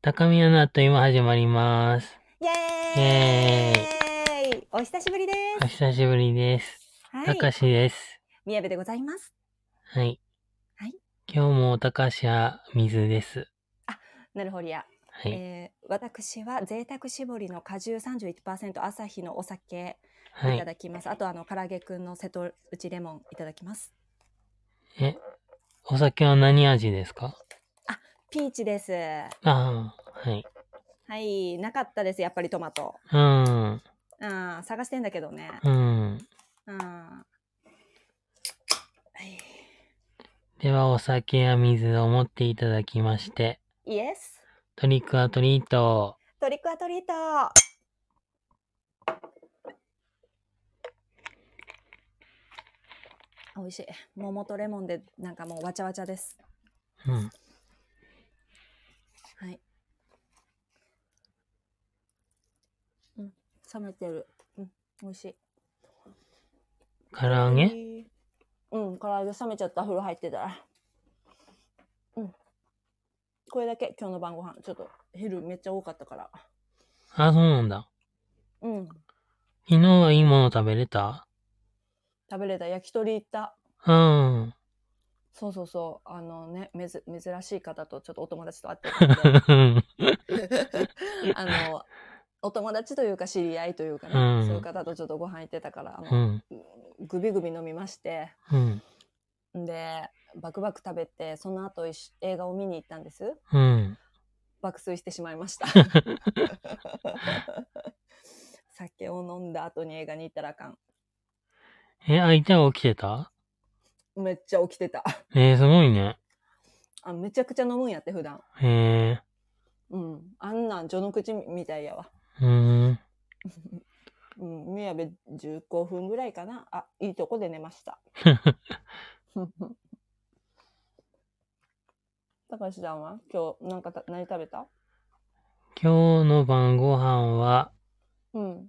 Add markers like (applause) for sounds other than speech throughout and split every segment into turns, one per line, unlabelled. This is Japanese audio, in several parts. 高宮の後今始まります。
イ
イ
エ
エ
ーイお久しぶりで
お久しぶりです。
す。
た
は
か
い。
しです。
宮部でございます。
はい。
はい
今日もたかしは水です。
なるほりや。
はい。
えー私は贅沢搾りの果汁31%朝日のお酒
はい
た
い。
だきます。あとあの唐揚げくんの瀬戸内レモンいただきます。
お酒は何味ですか
ピーチです。
ああ、はい。
はい、なかったです。やっぱりトマト。
うん。
あー探してんだけどね。
うん。
うん。はい
では、お酒や水を持っていただきまして、
イエス。
トリックアトリート。
トリックアトリート。美味しい。桃とレモンでなんかもうわちゃわちゃです。
うん。
はい。うん、冷めてる。うん、美味しい。
唐揚げ
うん、唐揚げ冷めちゃった。風呂入ってたら。うん。これだけ今日の晩ご飯。ちょっと昼めっちゃ多かったから。
あ、そうなんだ。
うん。
昨日はいいもの食べれた
食べれた焼き鳥行った。
うん。
そうそうそう。あのね、めず珍しい方とちょっとお友達と会っ
(laughs)
てて (laughs) あの、お友達というか知り合いというかね、
うん
そういう方とちょっとご飯行ってたから、あ
う
の
ん。
グビグビ飲みまして、
うん。
んで、バクバク食べて、その後一緒映画を見に行ったんです。
うん。
爆睡してしまいま
(laughs)
した。酒を飲んだ後に映画に行ったらあかん。
え、相手は起きてた
めっちゃ起きてた。
えー、すごいね。
あめちゃくちゃ飲むんやって、普段。
へえ
うん。あんなん、序の口みたいやわ。
うーん。
うん、宮部15分ぐらいかな。あ、いいとこで寝ました。 (laughs) たかしちゃんは今日なんかた何食べた
今日の晩ご飯は、
うん。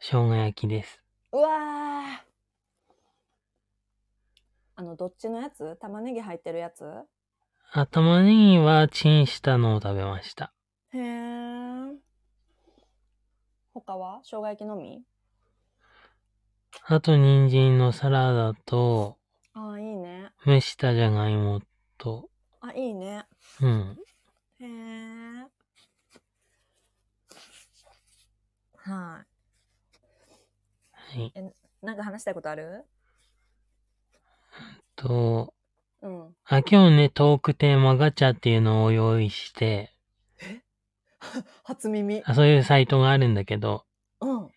生姜焼きです。
うわーあの、どっちのやつ玉ねぎ入ってるやつ
あ、玉ねぎはチンしたのを食べました。
へー。他は生姜焼きのみ
あと、人参のサラダと、
ああ、いいね。
蒸したじゃがいもと、
あ、いいね。
うん。
へえ。は
はい。
い。なんか話したいことある
と、
うん。 (laughs)
あ、今日ね、トークテーマガチャっていうのを用意して、
初耳。
あそういうサイトがあるんだけど、
うん。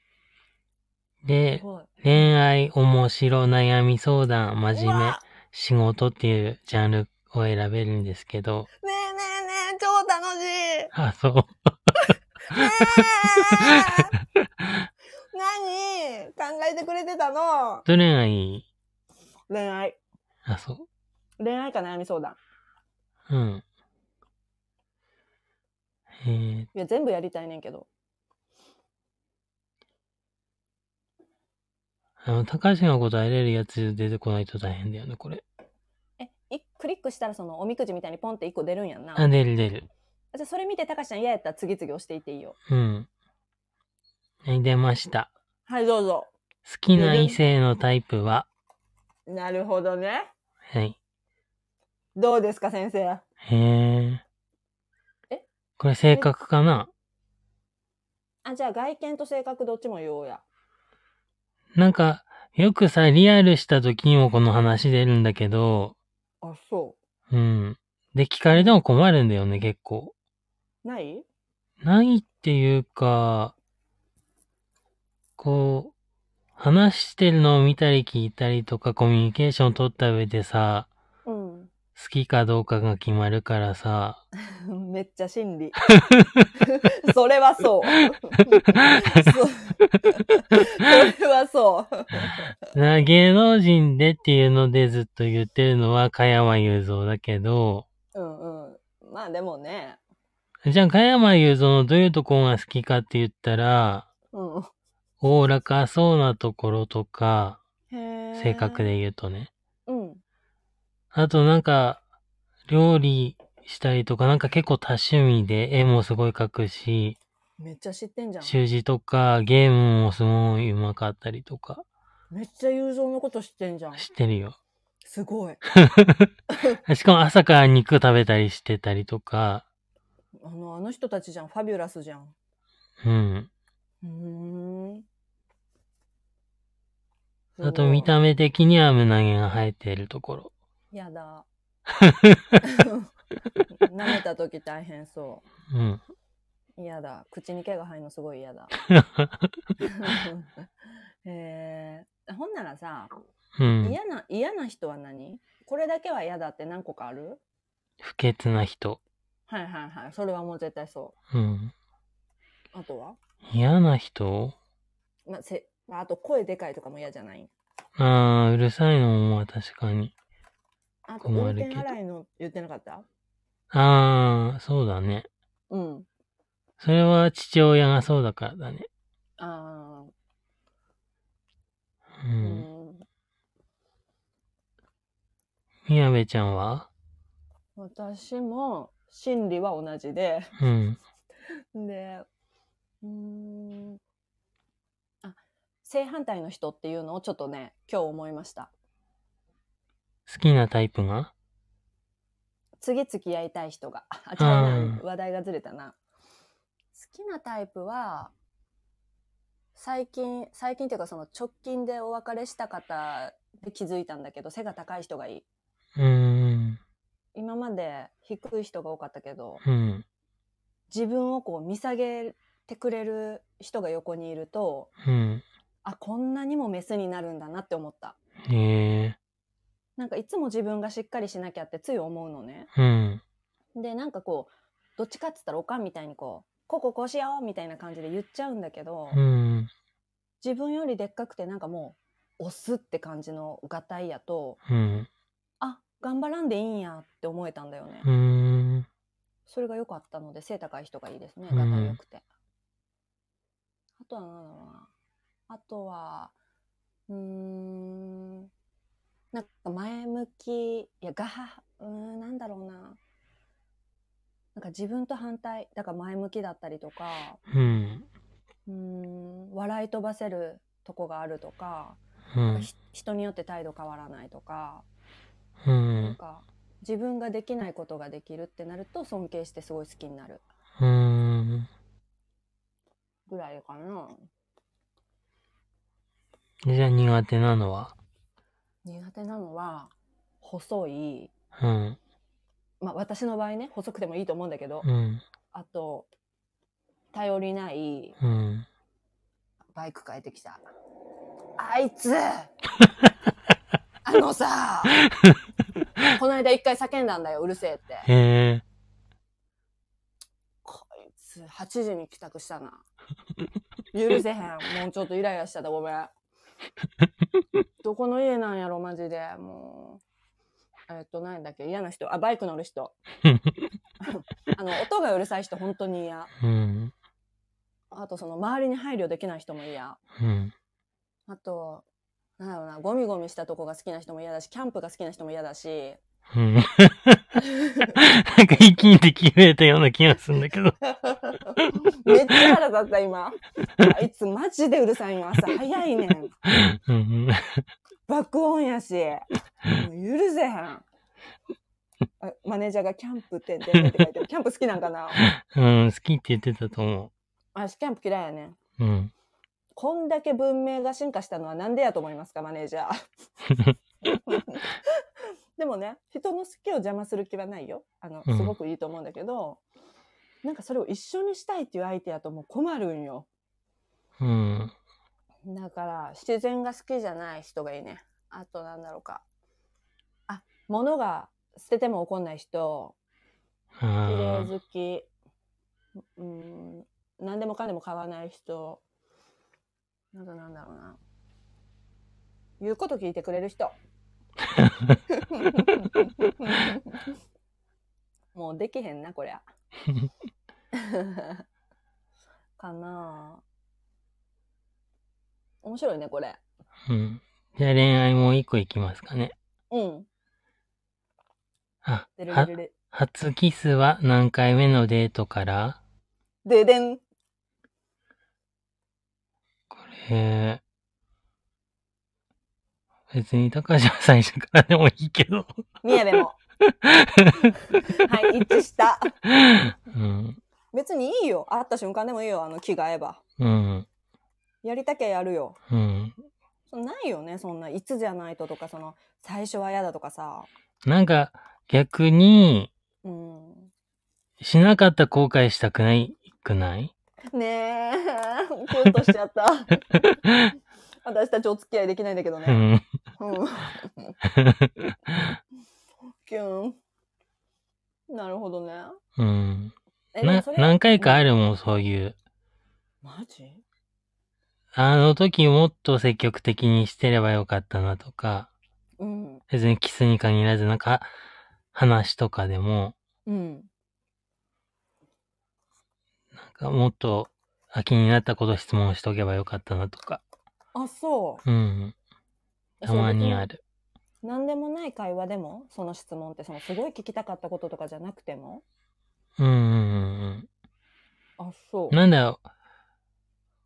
で、
ごい。
恋愛、面白、悩み相談、真面
う
目
わ、
仕事っていうジャンルを選べるんですけど、
ねえねえねえ、超楽しい。ね
あ、そう。
(laughs) え何考えてくれてたの
どれがいい
恋愛。
あ、そ
恋愛か悩み相談。
う。うん。えー、
いや、全部やりたいねんけど。
あの、高橋が答えれるやつ出てこないと大変だよね、これ。
え、いクリックしたらそのおみくじみたいにポンって1個出るんやんな。
あ、出る出る。
あじゃあそれ見てたかしちゃん嫌やったら次々押していっていいよ。
うん。はい、出ました。
はい、どうぞ。
好きな異性のタイプは、
なるほどね。
はい。
どうですか、先生。
へー
え
これ性格かな
あ、じゃあ外見と性格どっちも言おうや。
なんか、よくさ、リアルした時にもこの話出るんだけど、
あ、そ
うん。で、聞かれても困るんだよね、結構。
う。ない
ないっていうか、こう、話してるのを見たり聞いたりとかコミュニケーション取った上でさ、
うん。
好きかどうかが決まるからさ、
めっちゃ心理。 (laughs) それはそう。そそれはそう。
な芸能人でっていうのでずっと言ってるのは加山雄三だけど、
うんうん。まあでもね。
じゃあ加山雄三のどういうとこが好きかって言ったら、
うん。
おおらかそうなところとか、
へえ
性格。で言うとね。
うん。
あとなんか、料理したりとか、なんか結構多趣味で絵もすごい描くし、
めっちゃ知ってんじゃん。
習字とかゲームもすごい上手かったりとか
めっちゃ友情のこと知ってんじゃん。
してるよ。
すごい。
しかも朝から肉食べたりしてたりとか、
あの、あの人たちじゃん。ファビュラスじゃん。
うん。
うーん。すごい
あと見。た目的には胸毛が生えてるところ。
や
(laughs)
だ。舐めた時大変そ
うん。
う。やだ。口に毛が入るのすごい嫌 (laughs) だ。えー、ほんならさ、
うん。
嫌な、嫌な人は何これだけは嫌だって何個かある
不潔な人。
はいはいはい。それはもう絶対そ
うん。
う。あとは
嫌な人
まあ、せ、まあ、あと声でかいとかも嫌じゃない
ああ、うるさいのもまあ確かに。
あと、
困る
運
けど
転洗いの言ってなかった
ああ、そうだね。
うん。
それは父親がそうだからだね。
ああ、
う。
うんん。
宮部ちゃんは
私も心理は同じで、
うん。
で、うーん。あ、正反対の人っていうのをちょっとね、今日思いました。
好きなタイプが
次付き合いたい人が。 (laughs) あ、違うな
う。ん
話題がずれたな。好きなタイプは、最近、最近っていうかその直近でお別れした方で気づいたんだけど、背が高い人がいい。
うーん。
今まで低い人が多かったけど、
うん。
自分をこう見下げてくれる人が横にいると、
うん。
あ、こんなにもメスになるんだなって思った。
へえ。
なんかいつも自分がしっかりしなきゃってつい思うのね。
うん。
でなんかこうどっちかっつったらおかんみたいにこう「こうこうこうしよう」みたいな感じで言っちゃうんだけど、
うん。
自分よりでっかくてなんかもう「押す」って感じのがたいやと
うん。
「あ頑張らんでいいんや」って思えたんだよね。
うーん。
それが良かったので背高い人がいいですね
うん
がたい良くて。あとは何だろうなあとはうーんなんか前向きいやがはうーんなんだろうななんか自分と反対だから前向きだったりとか
うん。
うーん笑い飛ばせるとこがあるとか、
うん。
ひ人によって態度変わらないとか,、
う
なん
ん。
か自分ができないことができるってなると尊敬してすごい好きになる
うん。
ぐらいかな。
じゃあ苦手なのは
苦手なのは細い、
うん。
まあ、私の場合ね細くてもいいと思うんだけど、
うん。
あと頼りない
うん。
バイク変えてきたあい (laughs) つあのさこの間一回叫んだんだようるせえって
へえ。
こいつ8時に帰宅したな許せへんもうちょっとイライラしちゃったごめんどこの家なんやろマジでもうえっと何だっけ嫌な人あバイク乗る人あの音がうるさい人本当に嫌
うん。
あとその周りに配慮できない人も嫌
うん。
あとなんだろうなゴミゴミしたとこが好きな人も嫌だしキャンプが好きな人も嫌だし
うん。 (laughs) なんか一気に敵増えたような気がするんだけど。
めっちゃ腹立った今あいつマジでうるさいよ朝早いねん
うん。
爆音やし、もう
(laughs)
許せへん。あマネージャーがキャンプってんてんてんって書いてある。キャンプ好きなんかな
うん。好きって言ってたと思
私キャンプ嫌いやねん。
う。うん。
こんだけ文明が進化したのはなんでやと思いますか、マネージャー。
(laughs)
でもね、人の好きを邪魔する気はないよ。あの、
うん
すごくいいと思うんだけど、なんかそれを一緒にしたいっていう相手やともう困るんよ。
うん。
だから、自然が好きじゃない人がいいね。あとなんだろうか。あ、物が捨てても怒んない人。綺麗
あ
好き、うん、何でもかんでも買わない人、あとなんだろうな。言うこと聞いてくれる人。もうできへんな、こりゃ。かなあ面白いね、これ。
あ。うん。じゃあ恋愛もう一個いきますかね。
うん。
あ、
でる
は
るるる
初キスは何回目のデートから
ででん。
これ、別に高橋は最初からでもいいけど。 (laughs)
宮部も。はい、一致した。
うん。
別にいいよ。会った瞬間でもいいよ。あの、気が合えば。
うん。
やりたきゃやるよ。
うん。
そないよね、そんな。いつじゃないととか、その、最初は嫌だとかさ。
なんか、逆に、
うん。
しなかった後悔したくない、くない
ねえ、 (laughs) キュンとしちゃった。私たちお付き合いできないんだけど
う
ね。
ん。
うん。キュン。なるほどね。
うん。
え
な、何回かあ
る。
るもん、そういう。
マジ
あの時もっと積極的にしてればよかったなとか、
うん。
別にキスに限らず、なんか、話とかでも、
うん。
なんかもっと、あ気になったこと質問しとけばよかったなとか、
あ、そう。
うん。たまにあ
る。
る。
何でもない会話でも、その質問って、その、すごい聞きたかったこととかじゃなくても。
うんうんうん
あ、そ
うん。なんだろう。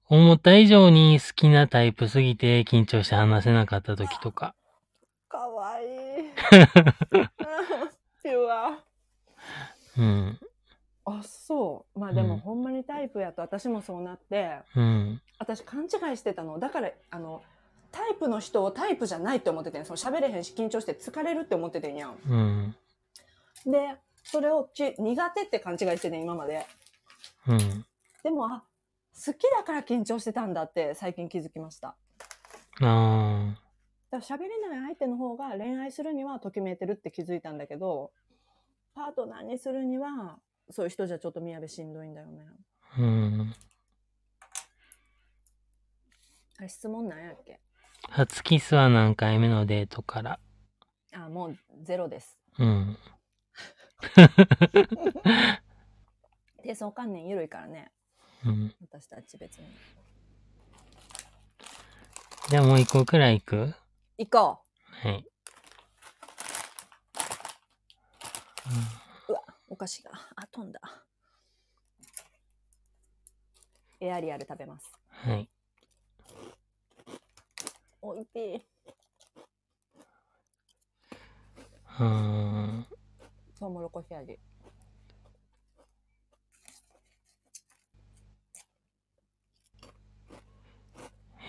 思った以上に好きなタイプすぎて緊張して話せなかった時とか。
う。かわい (laughs) い。ピュア。
うん。
あそうまあで
う
も
ん
ほんまにタイプやと私もそうなって
うん。
私勘違いしてたのだからあのタイプの人をタイプじゃないって思っててんその喋れへんし緊張して疲れるって思っててんやん
うん。
でそれをき苦手って勘違いしててん今まで
うん。
でもあ好きだから緊張してたんだって最近気づきました
あ
だから喋れない相手の方が恋愛するにはときめいてるって気づいたんだけどパートナーにするにはそういう人じゃちょっと宮部しんどいんだよね
あ。うん。
あれ質問なんやっけ
初キスは何回目のデートから。
あもうゼロです
うん。
で、そう観念緩いからね、
うん。
私たち別に。
じゃあもう一個くらい行く
行こ
はい。
うお菓子が。あ、飛んだ。エアリアル食べます。
はい。
おいしい。
うーん。
トウモロコシ味。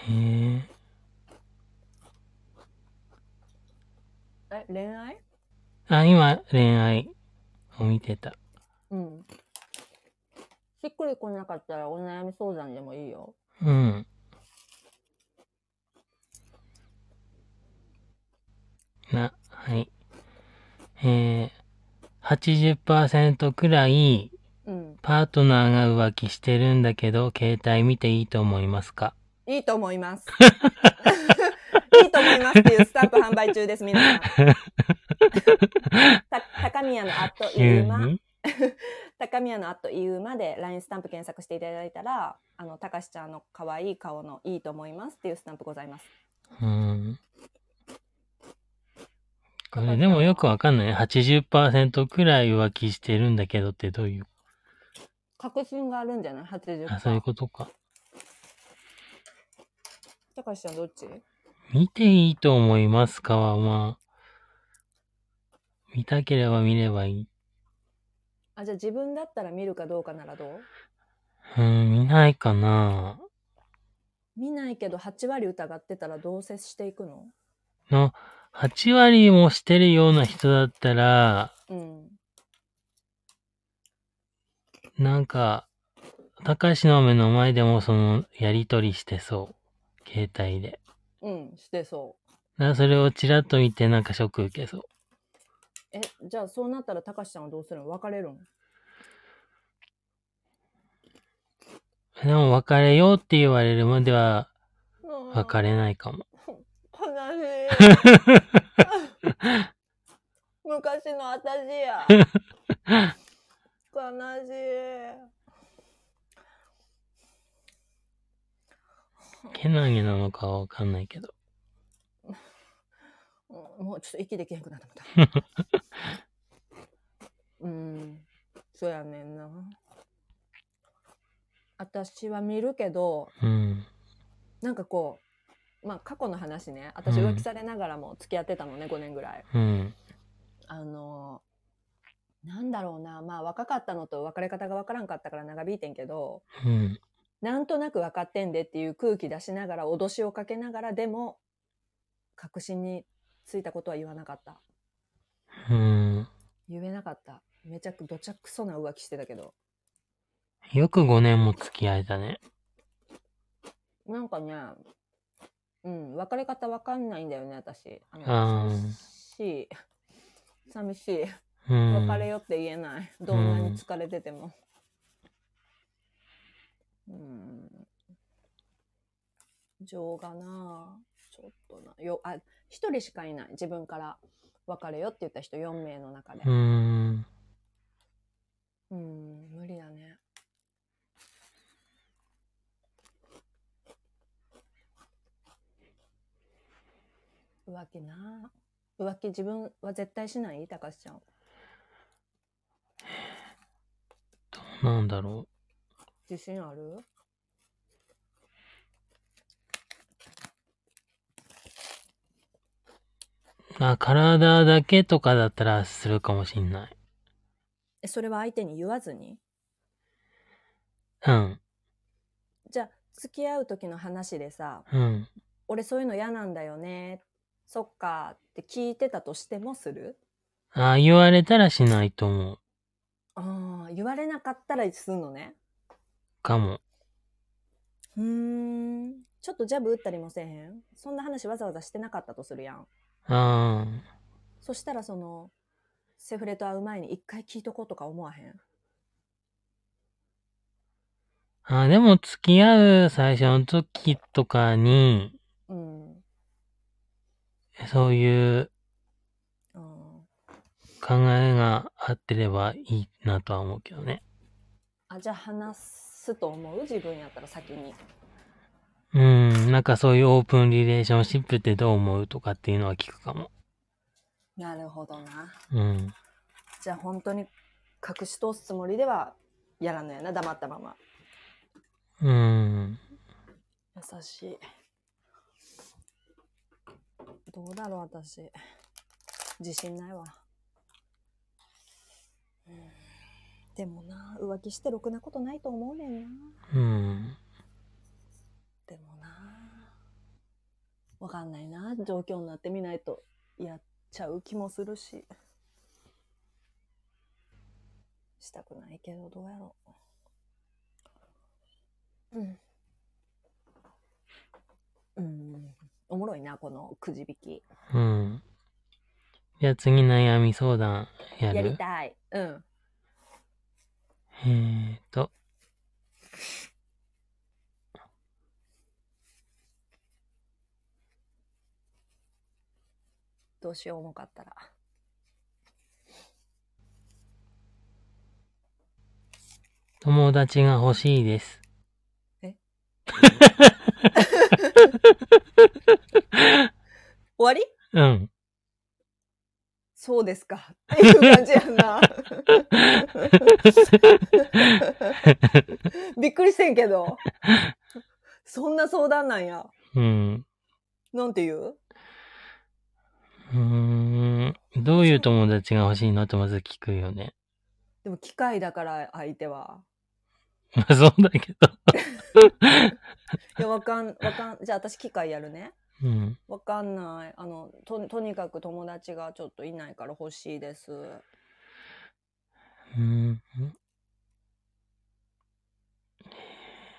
へえ。
え、恋愛
あ、今、恋愛を見てた。
うん。しっくりこなかったらお悩み相談でもいいよ。
うん。な、はい。えー、80%くらい
うん。
パートナーが浮気してるんだけど、携帯見ていいと思いますか
いいと思います。 (laughs) いいと思いますっていうスタンプ販売中です、皆さん。
(laughs)
た高宮のあっという間。高宮のあというまで LINE スタンプ検索していただいたら、あの、たかしちゃんの可愛い顔のいいと思いますっていうスタンプございます。
うん。これでもよくわかんない。80%くらい浮気してるんだけどってどういう、
確信があるんじゃない ?80%。
あ、そういうことか。
たかしちゃんどっち
見ていいと思いますかは、まあ、見たければ見ればいい。
あ、じゃあ自分だったら見るかどうかならどう
うん、見ないかな
見ないけど8割疑ってたらどう接していくの
の、8割もしてるような人だったら、
うん。
なんか、高橋の目の前でもその、やりとりしてそう。携帯で。
うん、してそ
だからそれをちらっと見てなんかショック受けそう。
う。え、じゃあそうなったらたかしちゃんはどうするの別れるの
でも別れようって言われるまでは別
る。
れないかも。
悲しい。昔の私や。悲し
けなげなのかはわかんないけど。
い。もうちょっと息できへんくなってもた。うん。そうやねんな。私は見るけど、
うん。
なんかこう、まあ過去の話ね、私浮気されながらも付き合ってたのね、5年ぐらい。
うん。
あの、なんだろうな、まあ若かったのと別れ方がわからんかったから長引いてんけど、
うん。
なんとなく分かってんでっていう空気出しながら、脅しをかけながらでも、確信についたことは言わなかった。
うん。
言えなかった。めちゃく、どちゃくそな浮気してたけど。
よく5年も付き合えたね。
なんかね、うん、別れ方わかんないんだよね、私。あ
あ
の、
ー
寂しい。寂しい。
うん。
別れよって言えない。どんなに疲れてても。うん。情がなちょっとな。よ、あ、一人しかいない。自分から別れよって言った人4名の中で
う。ん。
うん、無理だね。浮気な浮気自分は絶対しない高橋ちゃん。
なんだろ
自信ある
う。あ、体だけとかだったらするかもしんない。
え、それは相手に言わずに
うん。
じゃあ、付き合う時の話でさ、
うん。
俺そういうの嫌なんだよね。そっかって聞いてたとしてもする
あ、言われたらしないと思う。
ああ、言われなかったらすんのね。
かも。
うーん。ちょっとジャブ打ったりもせえへんそんな話わざわざしてなかったとするやん。
あ
そしたらその、セフレと会う前に一回聞いとこうとか思わへん。
あ。あ、でも付き合う最初の時とかに、
うん。
そういう
うん、
考えが合ってればいいなとは思うけどね。
あ、じゃあ話すと思う自分やったら先に。
うん、なんかそういうオープンリレーションシップってどう思うとかっていうのは聞くかも。
なるほどな。
うん。
じゃあ本当に隠し通すつもりではやらんのやな、黙ったまま。
うん。
優しい。どうだろう、私。自信ないわ。うんでもな、浮気してろくなことないと思うねんな。
うん。
でもな、わかんないな、状況になってみないとやっちゃう気もするし。したくないけど、どうやろう。うん。うん。おもろいな、このくじ引き。
うん。じゃあ次悩み相談やる
やりたい。うん。
えーと。
どうしよう、重かったら。
友達が欲しいです。
終わり
うん。 (laughs)
そうですか。っていう感じや
(laughs)
んな。 (laughs) びっくりしてんけど。そんな相談なんや。
うん。
なんて言う
うーん。どういう友達が欲しいのってまず聞くよね。 (laughs)
でも機械だから相手は。
まあそうだけど。
いや、わかん、わかん、じゃあ私機械やるね。
うん。
わかんない。あの、と、とにかく友達がちょっといないから欲しいです。
うん。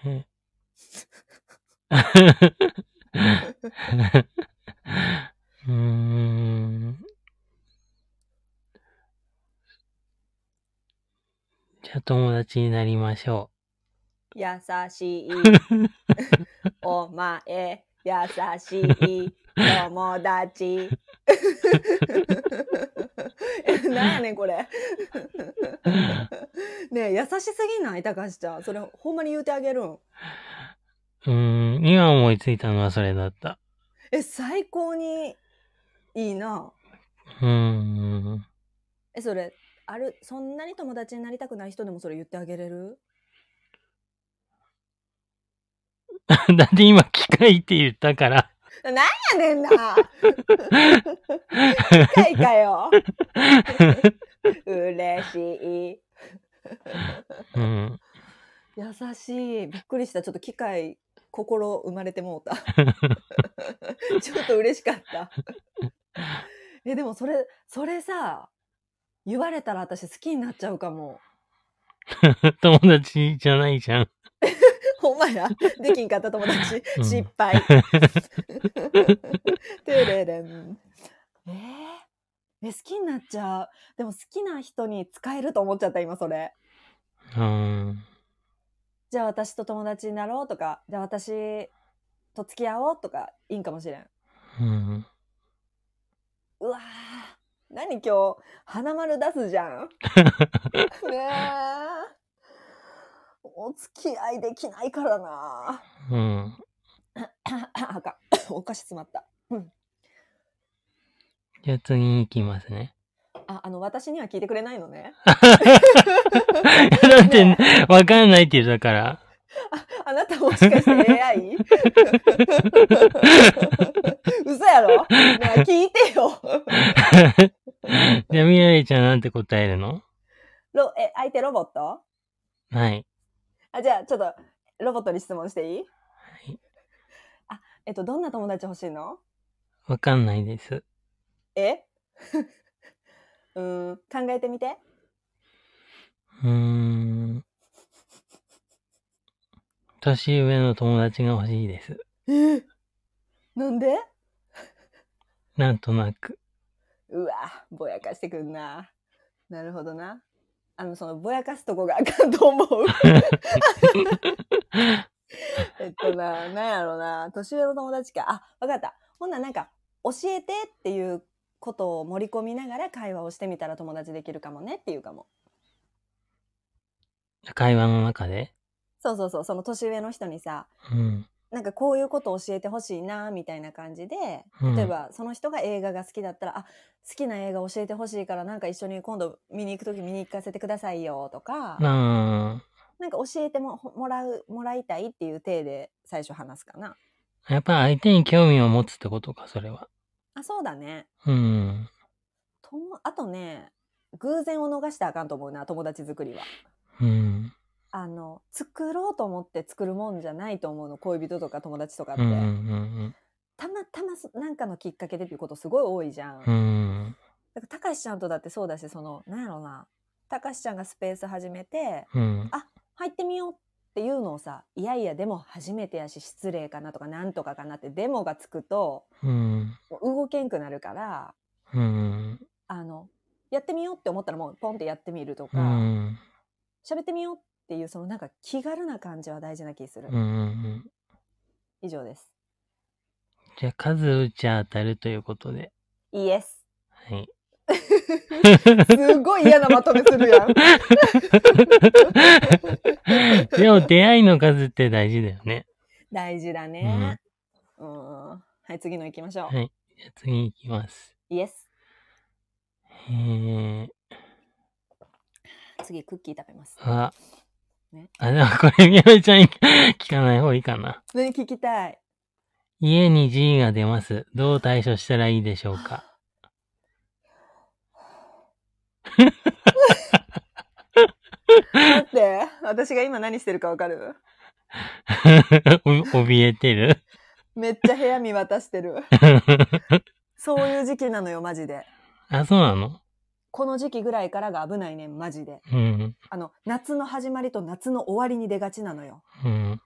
えうーん。じゃあ友達になりましょ
優しい。お前、優しい。友達。 (laughs) え、なんやねん、これ。ねえ、優しすぎない高橋ちゃん。それ、ほんまに言うてあげるん。
う。うーん。今思いついたのはそれだった。
え、最高にいいな。
うーん。
え、それ、ある、そんなに友達になりたくない人でもそれ言ってあげれる
(laughs) だって今、機械って言ったから。
なんやねんな機械かよ嬉しい。
うん。 (laughs)
優しい。びっくりした。ちょっと機械、心生まれてもう
(laughs)
た。 (laughs) ちょっと嬉しかった。 (laughs) え、でもそれ、それさ、言われたら私好きになっちゃう
(laughs)
かも。
友達じゃないじゃん。
ほんまや。できんかった友達、
(laughs) うん
失敗。 (laughs) てれれん。えーえ、好きになっちゃう。でも好きな人に使えると思っちゃった、今それ。
うん。
じゃあ私と友達になろうとか、じゃあ私と付き合おうとか、いいんかもしれん。
うん。
うわー何今日、花丸出すじゃ
(laughs)
ん。ねえ。お付き合いできないからな。
うん。
ああかんお菓子詰まった。
じゃあ次に行きますね。
あ、あの、私には聞いてくれないのね。
(laughs) だって、わかんないって言ったから。 (laughs)
あなたもしかして AI? 嘘やろなあ聞いてよ。
じゃあ、みらりちゃんなんて答えるの
ロえ、相手ロボット
はい。
あ、じゃあ、ちょっと、ロボットに質問していい
い
あ、えっと、どんな友達欲しいの
わかんないです。
え (laughs) うーん、考えてみて。
うーん。年上の友達が欲しいです。
えなんで
なんとなく。
うわ、ぼやかしてくんな。なるほどな。あの、その、ぼやかすとこがあかんと思う。えっとな、なんやろな。年上の友達か。あ、わかった。ほんならなんか、教えてっていうことを盛り込みながら会話をしてみたら友達できるかもねっていうかも。
会話の中で。
そうそうそう、その年上の人にさ、
うん。
なんかこういうことを教えてほしいな、みたいな感じで、
うん
例えばその人が映画が好きだったら、あ、好きな映画教えてほしいからなんか一緒に今度見に行くとき見に行かせてくださいよとか、
な
なんか教えてももらう、もらいたいっていう体で最初話すかな。
あ。やっぱ相手に興味を持つってことか、それは。
あ、そうだね。
うん。
とも、あとね、偶然を逃したらあかんと思うな、友達作りは。
うん。
あの、作ろうと思って作るもんじゃないと思うの、恋人とか友達とかって。
うんうん
たまたまそなんかのきっかけでっていうことすごい多いじゃ
う
ん。
んうん。うん。
だからたかしちゃんとだってそうだしそのなんやろなたかしちゃんがスペース始めて
うん。
入ってみようっていうのをさいやいやでも初めてやし失礼かなとかなんとかかなってデモがつくと
うん。
もう動けんくなるから
うん。
あのやってみようって思ったらもうポンってやってみるとか
う
喋、
ん。
ってみようっていうそのなんか気軽な感じは大事な気する、
うんうん。
以上です
じゃあ、数打ちゃ当たるということで。 (laughs)
イエス
はい。
(laughs)
(laughs)
すごい嫌なまとめするや
(laughs)
ん
でも、出会いの数って大事だよね。
大事だねうんはい次の行きましょう、
はいじゃあ次行きます。
イエス
えー、
次クッキー食べます。
あ
ね。
あ、でもこれ、みやべちゃんに聞かない方がいいかな。
何聞きたい
家に G が出ます。どう対処したらいいでしょうか。 (laughs)
待って、私が今何してるかわかる
お怯えてる (laughs)
めっちゃ部屋見渡してる。そういう時期なのよ、マジで。
あ、そうなの
この時期ぐらいからが危ないねん、マジで。
うん。
あの、夏の始まりと夏の終わりに出がちなのよ。
うん。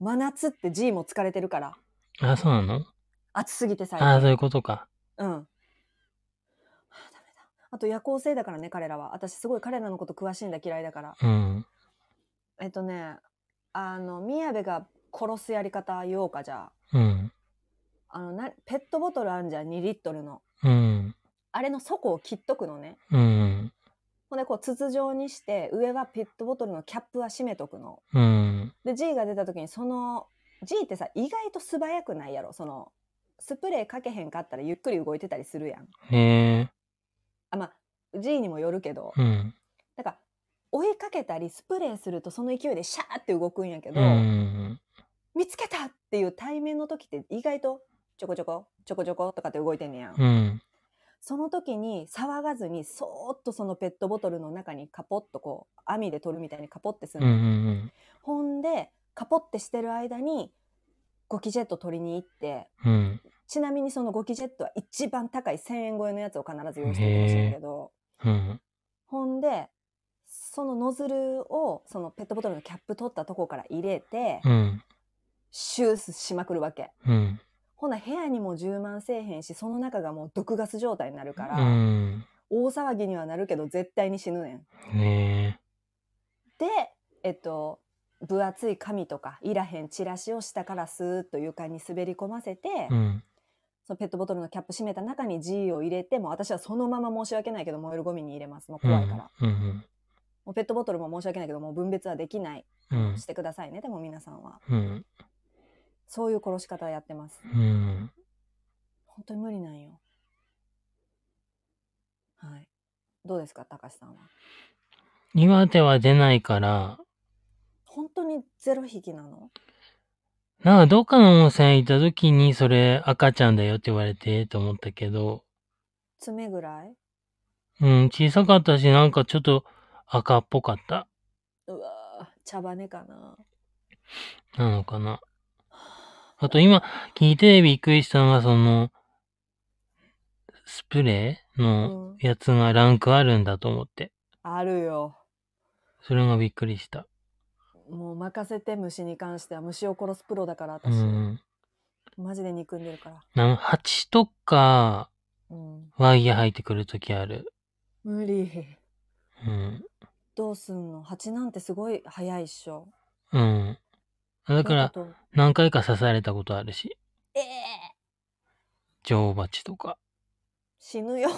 真夏って G も疲れてるから。
あ、そうなの
暑すぎて最
あ、
近。
そういうことか。
うん。はあダメだあと夜行性だからね、彼らは。私すごい彼らのこと詳しいんだ、嫌いだから。
うん。
えっとね、あの、宮部が殺すやり方言おうか、じゃあ。
うん。
あのなペットボトルあんじゃん2リットルの
うん。
あれの底を切っとくのね
うん。
ほんでこう筒状にして上はペットボトルのキャップは閉めとくの
うん。
で G が出た時にその G ってさ意外と素早くないやろそのスプレーかけへんかったらゆっくり動いてたりするやん
ねえ。
あまあ G にもよるけど、
うん。
だから追いかけたりスプレーするとその勢いでシャーって動くんやけど、
うん。
見つけたっていう対面の時って意外とちょこちょこちょこちょことかって動いてんねやん、
うん。
その時に騒がずにそーっとそのペットボトルの中にカポッとこう網で取るみたいにカポッてす
うん
る、
うんうん。
ほんでカポッてしてる間にゴキジェット取りに行って
うん。
ちなみにそのゴキジェットは一番高い1000円超えのやつを必ず用意しておいてほしいんだけど
うん。
ほんでそのノズルをそのペットボトルのキャップ取ったとこから入れて
うん。
シュースしまくるわけ
うん。
ほな部屋にも充満せえへんしその中がもう毒ガス状態になるから、
うん。
大騒ぎにはなるけど絶対に死ぬねん。
ね
でえっと分厚い紙とかいらへんチラシを下からスーッと床に滑り込ませて、
え。うん。
そのペットボトルのキャップ閉めた中に G を入れてもう私はそのまま申し訳ないけど燃えるゴミに入れますもう怖いから、も
うん。
うペットボトルも申し訳ないけどもう分別はできない
うん。
してくださいねでも皆さんは
うん。
そういう殺し方やってます
うん。
本当に無理なんよはいどうですか高橋さんは
岩手は出ないから、
本当にゼロ匹なの
なんかどっかの温泉行った時にそれ赤ちゃんだよって言われてと思ったけど、
爪ぐらい
うん、小さかったしなんかちょっと赤っぽかった。
うわー茶羽根かな
なのかな。あと今聞いてびっくりしたのがその、スプレーの
うん
やつがランクあるんだと思って。
あるよ
それがびっくりした。
もう任せて虫に関しては虫を殺すプロだから
う
私、
ん。
マジで憎んでるから
なんか蜂とか
うん
ワイヤー入ってくる時ある。
無理
うん。
どうすんの蜂なんてすごい早いっしょ
うん。だから
どういうこ
何回か刺されたことあるし、
とええ
女王蜂とか。
死ぬ
(laughs)
よ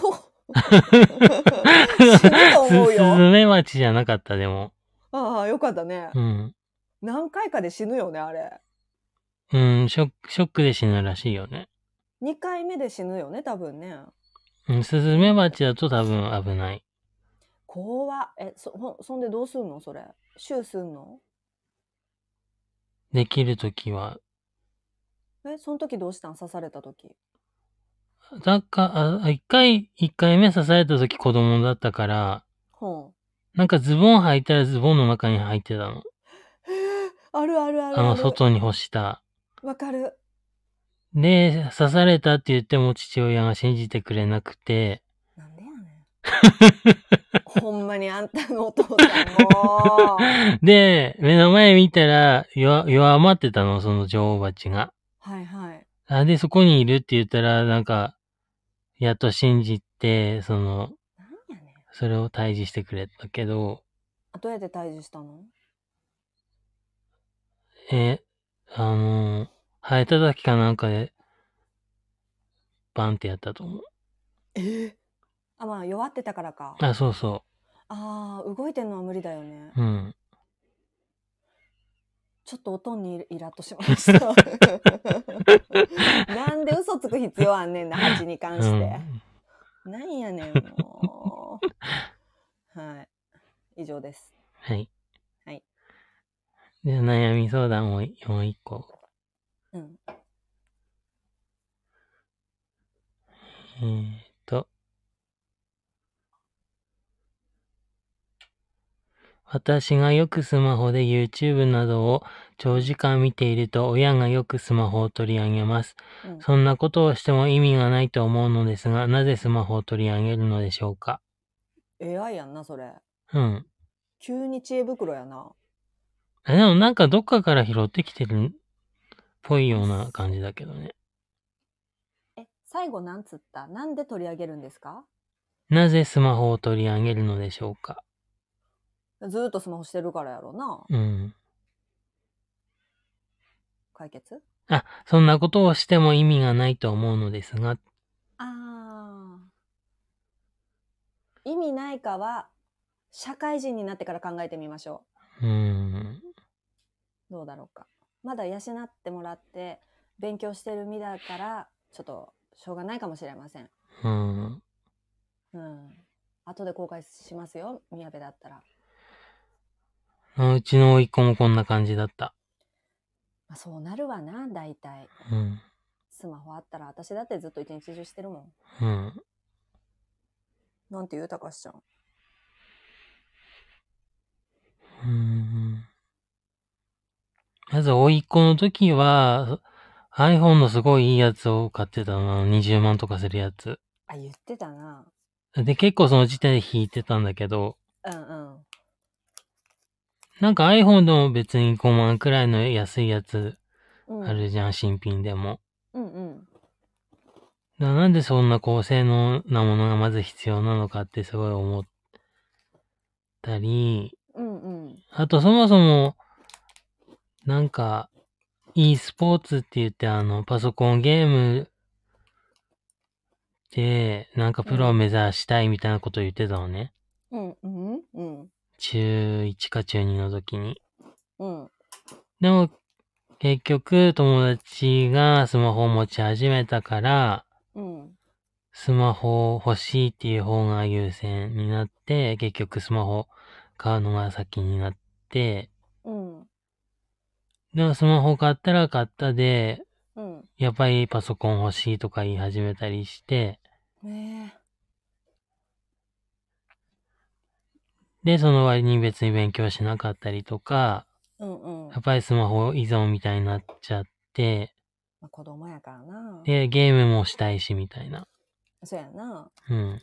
死ぬと思う
すス
よ
ズメバチじゃなかった、でも。
ああよかったね、
うん。
何回かで死ぬよねあれ
うん、ショック、ショックで死ぬらしいよね。
2回目で死ぬよね多分ね
うん、スズメバチだと多分危ない。
怖っえそほんそんでどうすんのそれシューすんの
できるときは。
えその時どうしたん刺された時
だか、あ、一回、一回目刺されたとき子供だったから、
ほん
なんかズボン履いたらズボンの中に入ってたの。
あるあるある
あ
あ
の、
る
外に干した。
わかる
で、刺されたって言っても父親が信じてくれなくて、
なんでやねんほんまにあんたのお父さんもう
で、目の前見たら、弱、弱まってたの、その女王蜂が。
はいはい
あ、で、そこにいるって言ったら、なんか、やっと信じて、その、
なんやねん
それを退治してくれたけど、
あどうやって退治したの
え、あの、生えた時かなんかで、バンってやったと思う。
えあまあ弱ってたからか
あ、そうそ
あー動いてんのは無理だよね
う。うん。
ちょっと音にイラッとしましたなんで嘘つく必要あんねんな蜂に関
う
して、
ん。
なんやねんもうはい以上です
はい。
はい。
で、悩み相談もういもう一個。
うん
えー、っと。私がよくスマホで YouTube などを長時間見ていると親がよくスマホを取り上げます。
うん
そんなことをしても意味がないと思うのですが、なぜスマホを取り上げるのでしょうか
AI やんなそれ
うん。
急に知恵袋やな
あでもなんかどっかから拾ってきてるっぽいような感じだけどね。
え最後なんつったなんで取り上げるんですか
なぜスマホを取り上げるのでしょうか
ずーっとスマホしてるからやろな
うん。
解決
あ、そんなことをしても意味がないと思うのですが、
あー意味ないかは社会人になってから考えてみましょ
うん。
うどうだろうかまだ養ってもらって勉強してる身だからちょっとしょうがないかもしれません
うん。
うん後で後悔しますよ、宮部だったら。
うんうちの甥っ子もこんな感じだった。
まあ、そうなるわな、大体。
うん。
スマホあったら、私だってずっと一日中してるも
うん。
ん。なんて言うたかしちゃん。
うん。まず、甥っ子の時は、iPhone のすごいいいやつを買ってたの。20万とかするやつ。
あ、言ってたな。
で、結構その時点で弾いてたんだけど、
うんうん。
なんか iPhone でも別に5万くらいの安いやつ
うん、
あるじゃん、新品でも。
うんうん。
だからなんでそんな高性能なものがまず必要なのかってすごい思ったり、
うんうん。
あとそもそも、なんか、e スポーツって言ってあの、パソコンゲームで、なんかプロを目指したいみたいなこと言ってたのね。
うんうんうん。
中1か中2の時に。
うん。
でも、結局、友達がスマホを持ち始めたから、
うん。
スマホ欲しいっていう方が優先になって、結局スマホ買うのが先になって、
うん。
でもスマホ買ったら買ったで、
うん。
やっぱりパソコン欲しいとか言い始めたりして、
ねえ。
で、その割に別に勉強しなかったりとか、
うんうん。
やっぱりスマホ依存みたいになっちゃって、
まあ、子供やからな。
で、ゲームもしたいしみたいな。
そうやな。
うん。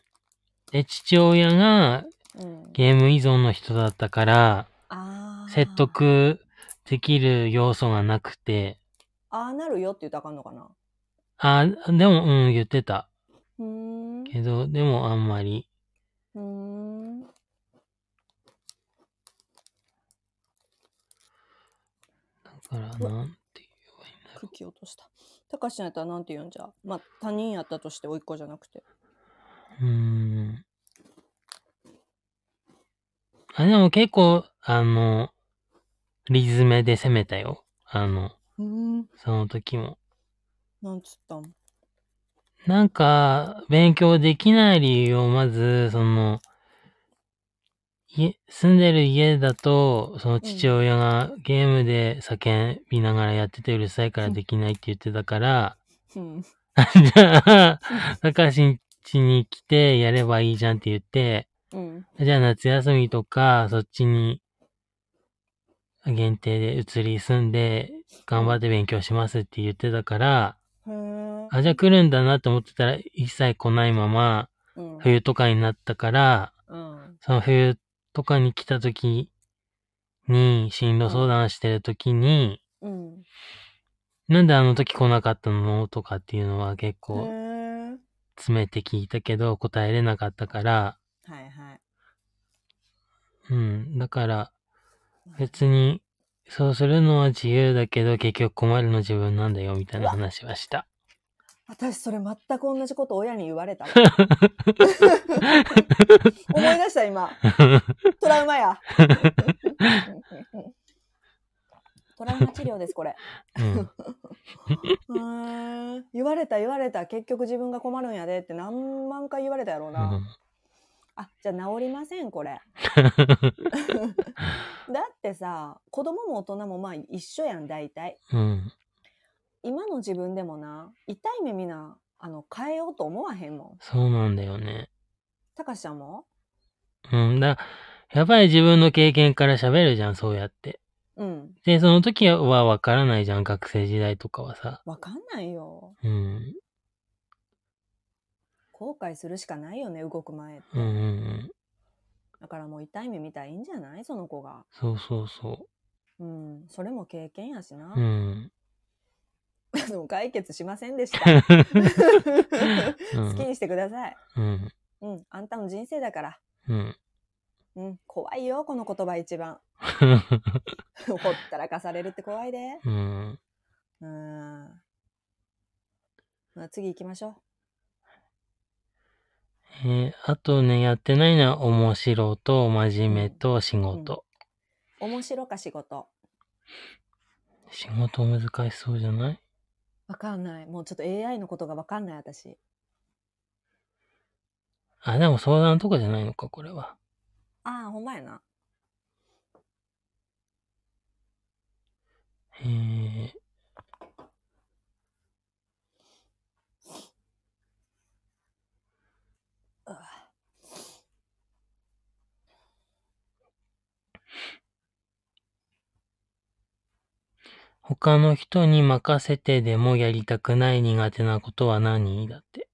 で、父親が
うん。
ゲーム依存の人だったから、
ああ。
説。得できる要素がなくて、
ああなるよって言ったらあかんのかな。
あ、でも、うん、言ってた。
うーん。う
けど、でもあんまり。
ーん。
だから、なんていう。
クッキー落とした。たかしちゃんやったらなんて言うんじゃ。まあ、他人やったとして、おいっ子じゃなくて。
うーん。あ、でも結構、あの、リズムで攻めたよ。あの、
うーん。
その時も。
なんつったん。
なんか、勉強できない理由をまず、その、家、住んでる家だと、その父親がゲームで叫びながらやっててうるさいからできないって言ってたから、
うん。
じゃあ、 (laughs) 高橋ん家に来てやればいいじゃんって言って、
うん。
じゃあ夏休みとか、そっちに限定で移り住んで、頑張って勉強しますって言ってたから、
へえ。
あ、じゃあ来るんだなって思ってたら、一切来ないまま、
うん。
冬とかになったから、
うん。
その冬とかに来た時に、進路相談してる時に、
うん。
なんであの時来なかったのとかっていうのは結
へ
構
え。
詰めて聞いたけど、答えれなかったから、
はいはい。
うん。だから、別に、そうするのは自由だけど、結局困るの自分なんだよ、みたいな話はした。
私それ全く同じこと親に言われたわ思い出した今トラウマやトラウマ治療ですこれ
うん。
へー言われた言われた結局自分が困るんやでって何万回言われたやろう
う
な、
ん
あじゃあ治りませんこれだってさ子供も大人もまあ一緒やん大体
うん。
今の自分でもな痛い目見なあの変えようと思わへんもん
そうなんだよね。
たかしちゃんも
うん。だ、やっぱり自分の経験から喋るじゃん、そうやって。
うん
で、その時はわからないじゃん、学生時代とかはさ。
わかんないよ
うん。
後悔するしかないよね動く前って、
うんうんうん。
だからもう痛い目見たらいいんじゃないその子が
そうそうそ
うんそれも経験やしな
う。う、ん。
(laughs) でも解決しませんでした
う
(laughs) 好き
ん。
にしてください
うん。
うんあんたの人生だから
うん。 (laughs)
うん怖いよこの言葉一番 (laughs) ほったらかされるって怖いで
うん。
うんまあ次行きましょ
えーあとね、やってないのは面白と真面目と仕事。
う面白か仕事
仕事難しそうじゃない
わかんないもうちょっと AI のことがわかんない私
あ、でも相談とかじゃないのか、これは。
ああ、ほんまやな。
えー、
うわ
他の人に任せてでもやりたくない苦手なことは何だって。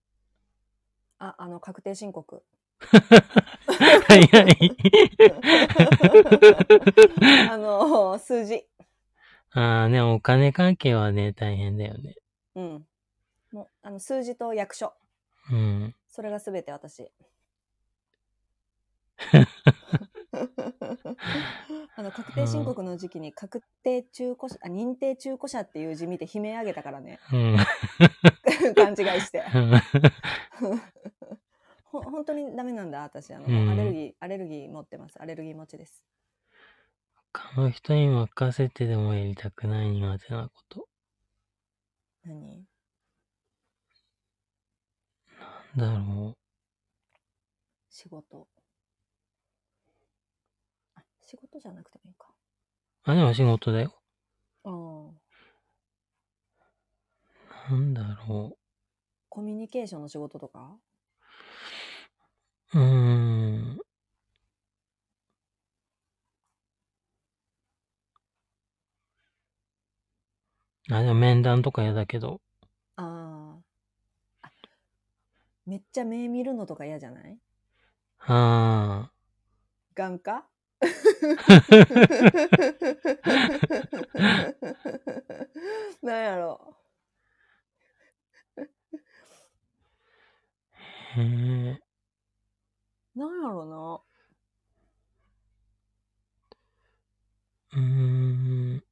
あ、あの、確定申告。
はいはい。 (laughs)
あの、数字。
ああ、ね、お金関係はね、大変だよね。
うん。もう、あの、数字と役所。
うん。
それがすべ
(laughs)
て私。あの確定申告の時期に確定中古車あ認定中古車っていう字見て悲鳴上げたか
(laughs)
らね
うん。
勘違いしてほ本当にダメなんだ私あの、
うん
アレルギーアレルギー持ってますアレルギー持ちです
他の人に任せてでもやりたくない苦手なこと。
何
なんだろ
仕事あ仕事じゃなくてもいいか
う。あ、でも仕事だよ。
うん
なんだろ
コミュニケーションの仕事とか
う。うーん。あ、でも面談とか嫌だけど。
あーあめっちゃ目見るのとか嫌じゃない
あ
眼科なんやろ
あ。へえ。
なんやろ
うーん。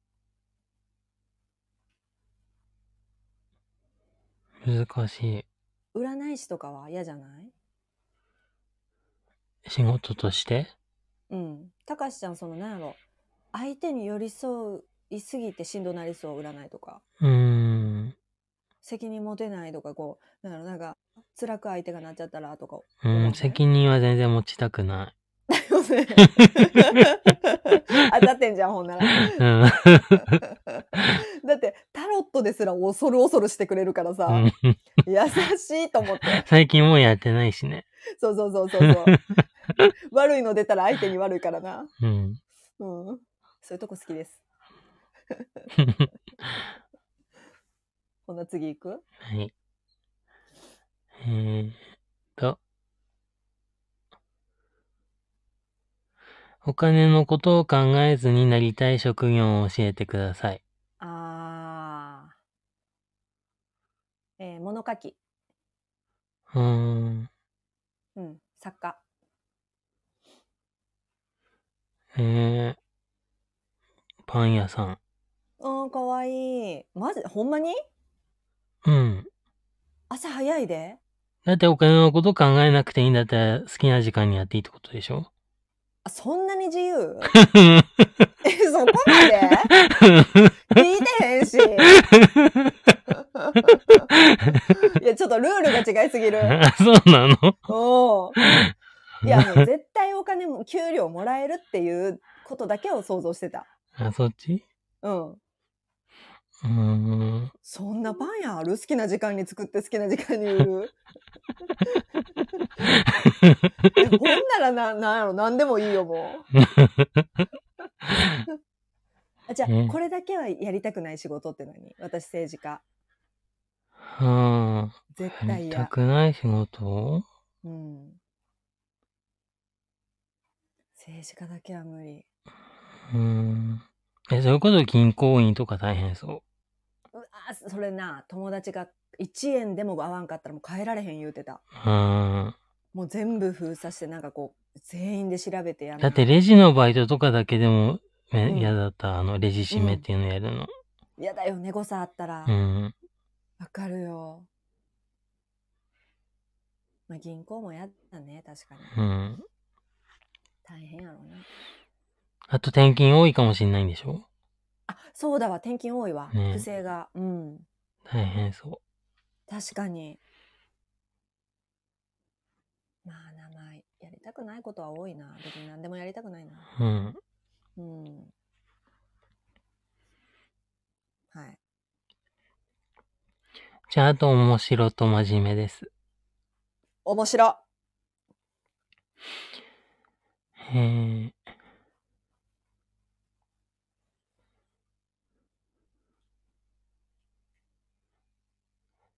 難し
な占い師とかは嫌じゃない
い。仕事として
うんたかしちゃんそのなんやろ相手に寄り添いすぎてしんどなりそう占いとか
うーん。
責任持てないとかこうなんやろなんか辛く相手がなっちゃったらとか
うん、責任は全然持ちたくな
そうね当たってんじゃんほんなら
(laughs) い。うん。
だってタロットですら恐る恐るしてくれるからさ、
うん
優しいと思って。
最近もうやってないしね。
そうそうそうそう
(laughs)
そう。悪いの出たら相手に悪いからな。
うん。
うん。そういうとこ好き
(laughs)
です。ほな次行く
はい。えーっと。お金のことを考えずになりたい職業を教えてください。
あー。えー、物書き。
うーん。
うん。作家。
えー、パン屋さん。
うん、かわいい。マジほんまに
うん。
朝早いで
だってお金のこと考えなくていいんだったら好きな時間にやっていいってことでしょ
あ、そんなに自由 (laughs) え、そこまで聞いてへんし。いや、ちょっとルールが違いすぎる。
(laughs) あ (laughs) そうなの
おーいや、もう絶対お金も、給料もらえるっていうことだけを想像してた。
あ、そっち
うん。
うーん。
そんなパン屋ある好きな時間に作って好きな時間に売る。えほんならな、なんやろ、なんでもいいよ、もう。あじゃあ、
ね
これだけはやりたくない仕事って何私政治家。
は
絶
あ。や
対
りた
嫌。
くない仕事
うん。政治家だけは無理。
うーん。え、それこそ銀行員とか大変そう
わーそれな友達が1円でも合わんかったらもう帰られへん言うてた
う。うーん。
もう全部封鎖してなんかこう全員で調べてやる
だってレジのバイトとかだけでも、
う
ね
ん
嫌、だった。あの、レジ締めっていうのやるの。
嫌だよね誤差あったらわ
う、ん。
かるよ、まあ、銀行もやだね確かに
うん。
大変やろうな
あと転勤多いかもしれないんでしょ
あそうだわ転勤多いわ、
ね
不正がうん
大変そ
確かにうまあな、まあ、やりたくないことは多いな。別に何でもやりたくないな。
うん。
うん。はい。
じゃあ、あと面白と真面目です。
面白
えー、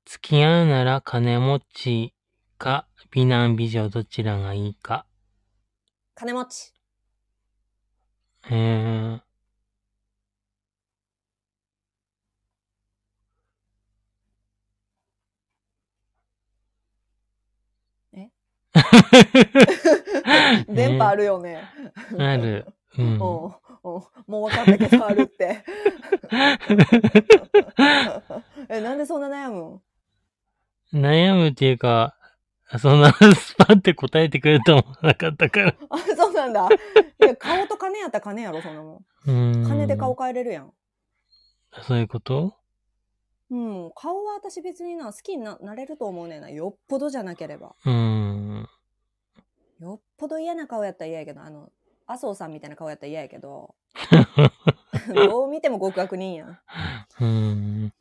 付き合うなら金持ちか美男美女どちらがいいか。
金持ち
えー、
え
ね
(laughs) 電波あるよね。
ある。
(laughs)
うん。
おうおうもう分かったけどあるって。 (laughs) え、なんでそんな悩むん
悩むっていうか、そんな (laughs) スパって答えてくれると思わなかったから。
あ、そうなんだ。いや、顔と金やったら金やろ、そんなも
うん。
ん。金で顔変えれるやん。
そういうこと
うん、顔は私別にな、好きにななれると思うねんな。よっぽどじゃなければ。
うん。
よっぽど嫌な顔やったら嫌やけど、あの、麻生さんみたいな顔やったら嫌や
(laughs)
けど、どう見ても極悪人やん。
うん。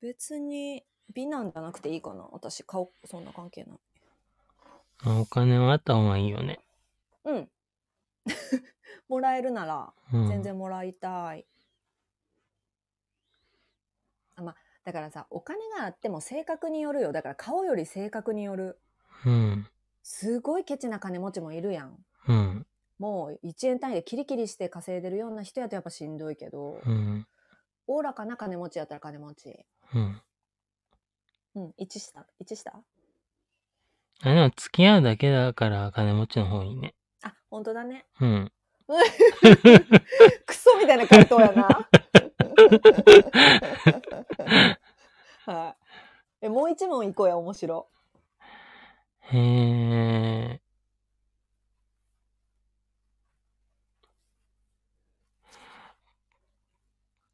別に美男じゃなくていいかな。私、顔、そんな関係ない。
お金はあった方がいいよね。
うん。 (laughs) もらえるなら、
うん、
全。然もらいたい。あまあ、だからさ、お金があっても性格によるよ。だから顔より性格による。
うん。
すごいケチな金持ちもいるやん。
うん。
もう1円単位でキリキリして稼いでるような人やとやっぱしんどいけど、
うん。
おおらかな金持ちやったら金持ち。
うん。
うん、一下一下
あ、でも付き合うだけだから金持ちの方がいいね。
あ、ほんとだね。
うん。
(laughs) クソみたいな回答やな。 (laughs) はい。え、もう一問いこうや、面白。
へえ。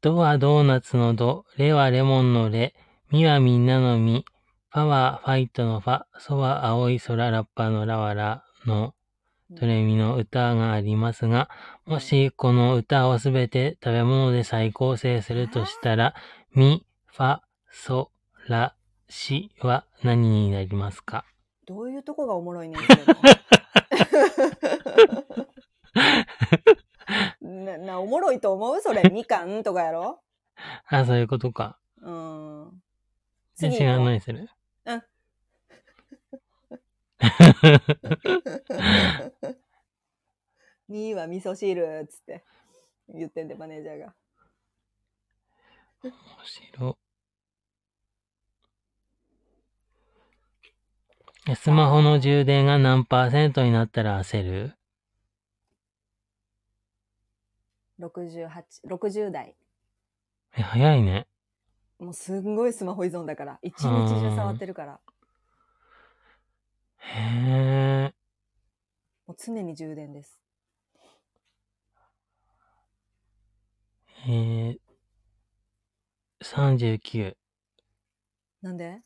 ドはドーナツのド、レはレモンのレ、ミはみんなのミ、ファはファイトのファ、ソは青い空ラッパのラはラのドレミの歌がありますが、もしこの歌をすべて食べ物で再構成するとしたら、ミ、ファ、ソ、ラ、シは何になりますか
どういうとこがおもろいねん、それの (laughs) な、な、おもろいと思うそれ、みかんとかやろ
あ、そういうことか。
うん。
違
行こ
うの
(laughs)
にする
うん。2位は味噌汁っつって言ってんでマネージャーが
面白い。スマホの充電が何パーセントになったら焦る
6860代
え、早いね。
もうすんごいスマホ依存だから一日中触ってるから
へえ。
もう常に充電です
えー、39。
な
(laughs)
んで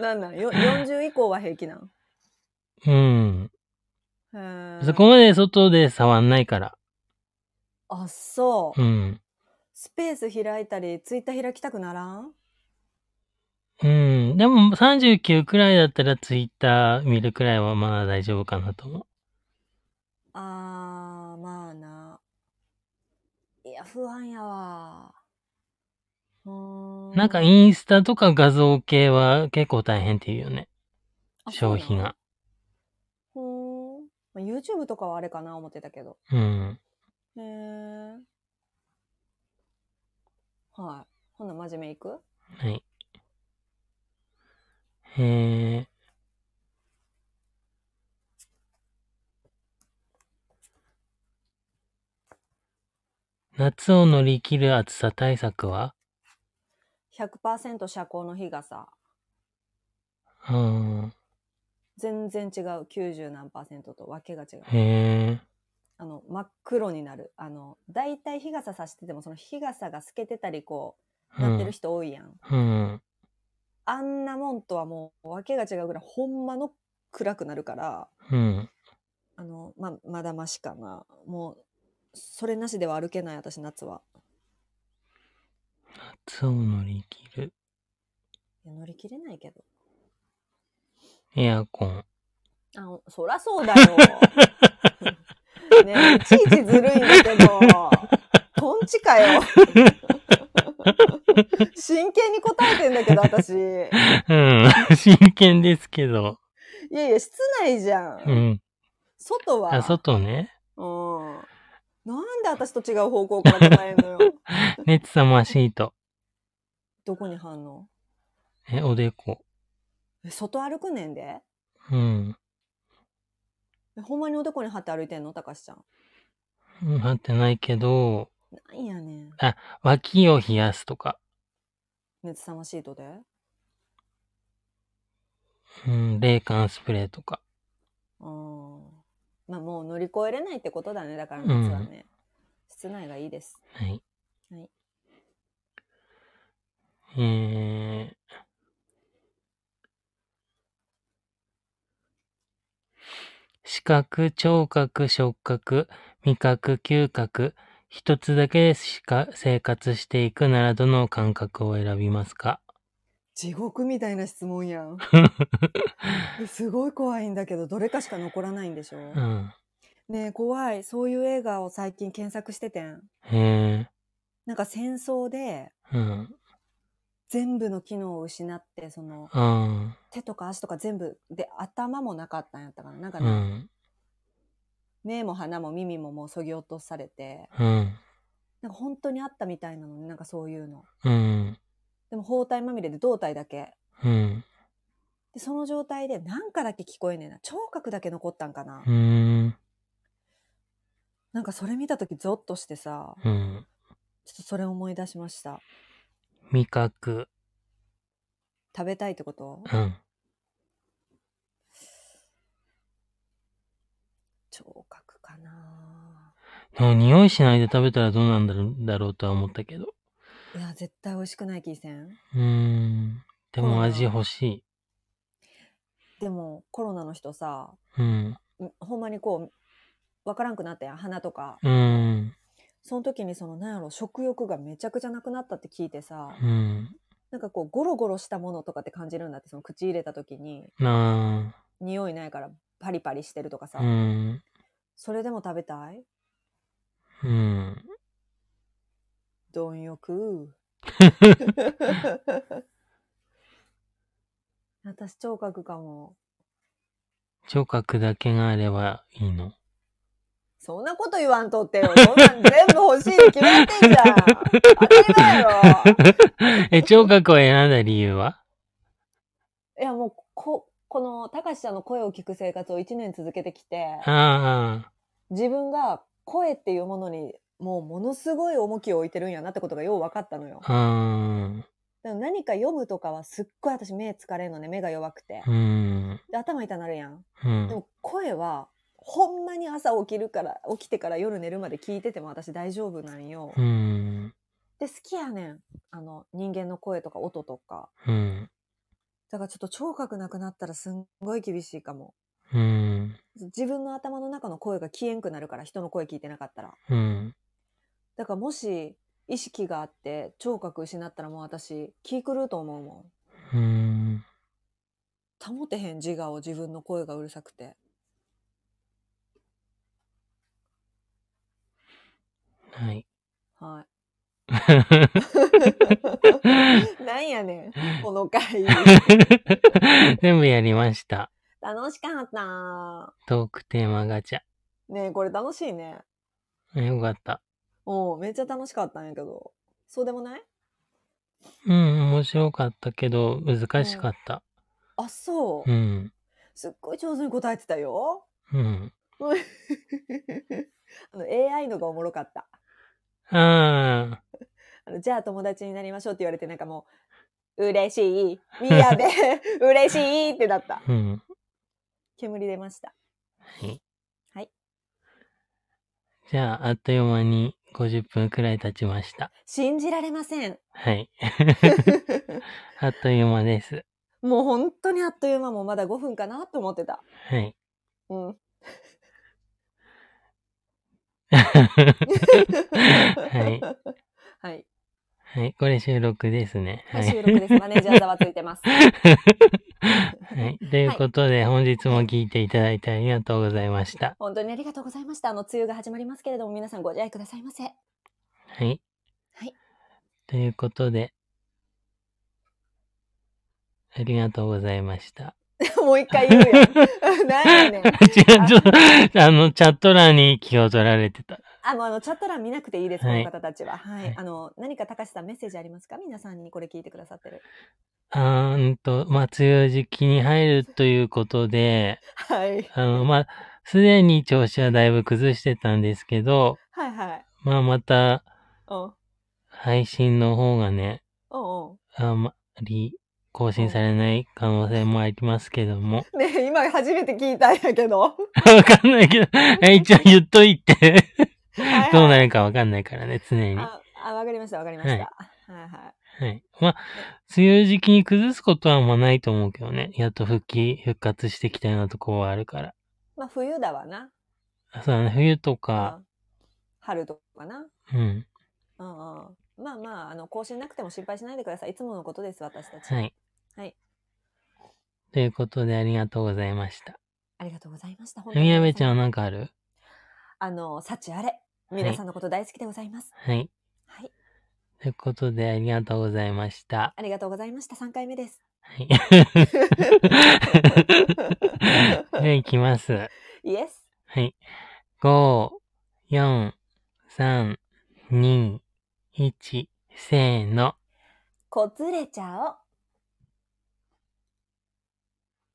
なんなんよ40以降は平気なん
うん。
へー
そこまで外で触んないから。。
あそううんスペース開いたりツイッター開きたくならん
うん。でも39くらいだったらツイッター見るくらいはまだ大丈夫かなと思う。
あー、まあな。いや、不安やわ。うーん。
なんかインスタとか画像系は結構大変っていうよね。
あ
消費が。。
そうなのふーん。まあ YouTube とかはあれかな思ってたけど。
うん。
へー。はい。ほんなら真面目いく
はい。えー。夏を乗り切る暑さ対策は
?100% 遮光の日がさ、
うん。
全然違う。90何パーセントとわけが違う。
へえ。
あの、真っ黒になる。あの、だいたい日傘さしてても、その日傘が透けてたり、こ
う
う、なってる
ん。
人多いやん
うん。
あんなもんとはもう訳が違うぐらいほんまの暗くなるから
うん。
あのままだましかなもうそれなしでは歩けない私夏は
夏を乗り切る。
いや乗り切れないけど
エアコ
(laughs)
ン。
あおそらそうだよねえいちいちずるいんだけ
(laughs)
どとんちかよ真剣に答えてんだけど私い
うん。真剣ですけど。
やいや室内じゃん、
うん。
外は
あ、外ね。
うんなんで私と違う方向から答えん
(laughs)
のよ
熱さましいと。
どこに反応
え、おでこ。
え外歩くねんで
うん。
えほんまにおでこに貼って歩いてんのたかしちゃん
うん張ってないけど、
なんやねん
脇を冷やすとか。
熱さまシートで
うん。冷感スプレーとか。
うんまあもう乗り越えれないってことだねだから夏はね、室内がいいです
はい。
はい。
えー。視覚、聴覚、触覚、味覚、嗅覚、一つだけしか生活していくならどの感覚を選びますか
地獄みたいな質問や
(laughs)
んえすごい怖いんだけどどれかしか残らないんでしょ
うん。
ねえ怖いそういう映画を最近検索しててん
へ
なんか戦争で
え。うん。
全部の機能を失ってその
あ
手とか足とか全部で頭もなかったんやったかななんか
あ。
ね、
うん。
目も鼻も耳ももうそぎ落とされて
うん。
なんか本当にあったみたいなのねなんかそういうの
うん。
でも包帯まみれで胴体だけ
うん。
でその状態で何かだけ聞こえねえな聴覚だけ残ったんかな、
うん。
なんかそれ見た時ゾッとしてさ
うん。
ちょっとそれ思い出しました
味覚。
食べたいってこと
うん。
聴覚かな
でも匂いしないで食べたらどうなんだろうだろうとは思ったけど。
いや絶対美味しくない気せん
うーん。で
そう
も
なの
味欲しい。
でもコロナの人さ
うん。
んほんまにこうわからんくなったやん鼻とか
うーん。
その時にそのなんやろ食欲がめちゃくちゃなくなったって聞いてさ
うん。
なんかこうゴロゴロしたものとかって感じるんだってその口入れた時に
な
匂いないからパリパリしてるとかさ、
あ。うん。
それでも食べたい
うん。(laughs)
貪欲私聴覚かも
聴覚だけがあればいいの。
そんなこと言わんとってよそんなん全部欲しいに決まってんじゃん当たり前やろ
え、聴覚を選んだ理由はい (laughs)
やもうここのたかしちゃんの声を聞く生活を1年続けてきて
ああ。
自分が声っていうものにもうものすごい重きを置いてるんやなってことがよう分かったのよ。
あ
でも何か読むとかはすっごい私目疲れるのね目が弱くて
あ。う。ん。
で頭痛なるやん。
う
で
ん。
も声はほんまに朝起きるから起きてから夜寝るまで聞いてても私大丈夫なんよ
う。ん。
で好きやねんあの人間の声とか音とか。
うん。
だからちょっと聴覚なくなったらすんごい厳しいかも。
うん。
自分の頭の中の声が消えんくなるから人の声聞いてなかったら。
うん。
だからもし意識があって聴覚失ったらもう私気狂うと思うもん。
うん。
保てへん自我を自分の声がうるさくて。
(laughs) はい。
はい。 (laughs) なんやねん、この回。
全部やりました。
楽しかった。
トークテーマガチャ。
ねえ、これ楽しいね。
えよかった。
おうめっちゃ楽しかったんやけど。そうでもない
うん、面白かったけど、難しかった。
あ、そう
う。ん。
すっごい上手に答えてたよ。
うん。
(laughs) あの AI のがおもろかった。
あ
あのじゃあ友達になりましょうって言われてなんかもう、嬉
(laughs)
しい、みやべ、嬉しいってなった
あ。。うん。
煙出ました。
はい。
はい。
じゃあ、あっという間に50分くらい経ちました。
信じられま
(laughs)
せん。
はい。あっという間です。
もう本当にあっという間もうまだ5分かなと思ってた。
(laughs) はい。
うん。
はい。
(laughs) はい。
はい。これ収録ですね。
は、
はいい。
収録です。マネージャーざわつい
(laughs)
てます。
はい。ということで、本日も聞いていただいてありがとうございました。
本当にありがとうございました。あの、梅雨が始まりますけれども、皆さんご自愛ください
(laughs)
ませ。
はい。
はい。
ということで、ありがとうございました。
もう一回言うよ。 (laughs) 何やねん。
(laughs) 違う、ちょっと、あの、チャット欄に気を取られてた。
あ、もうあの、チャット欄見なくていいです、こ
は
の
い
方たちは。はい。
はい
あの、何か高橋さんメッセージありますか皆さんにこれ聞いてくださってる。
あーんと、まあ、梅雨時期に入るということで、
はい。
あの、まあ、すでに調子はだいぶ崩してたんですけど、
はいはい。
まあ、また、
うん。うん
配信の方がね、
うん。
あまり更新されない可能性もありますけども。
ねえ今初めて聞いたんやけど。
わかんないけど、え一応言っといて、
はい
どうなるかわかんないからね、常に。は
あ、あわかりました、わかりました。はいはい。
い。まあ、梅雨時期に崩すことはあんまないと思うけどね。やっと復帰、復活してきたようなとこはあるから。
まあ、冬だわな。
そうだね、冬と
う
か、
ん春とかな。
うん。
うんうん。まあまあ、あの、更新なくても心配しないでください。いつものことです、私たち。
はい。
はい。
ということで、ありがとうございました。
ありがとうございました。本当に
宮部ちゃんは何かある
あの、幸あれ。皆さんのこと大好きでございます。
はい。
はい。
ということで、ありがとうございました。
ありがとうございました。3回目です。
はい。じゃあ、い (laughs) きます。
イエス。
はい。5、4、3、2、1、せーの。
こずれちゃお。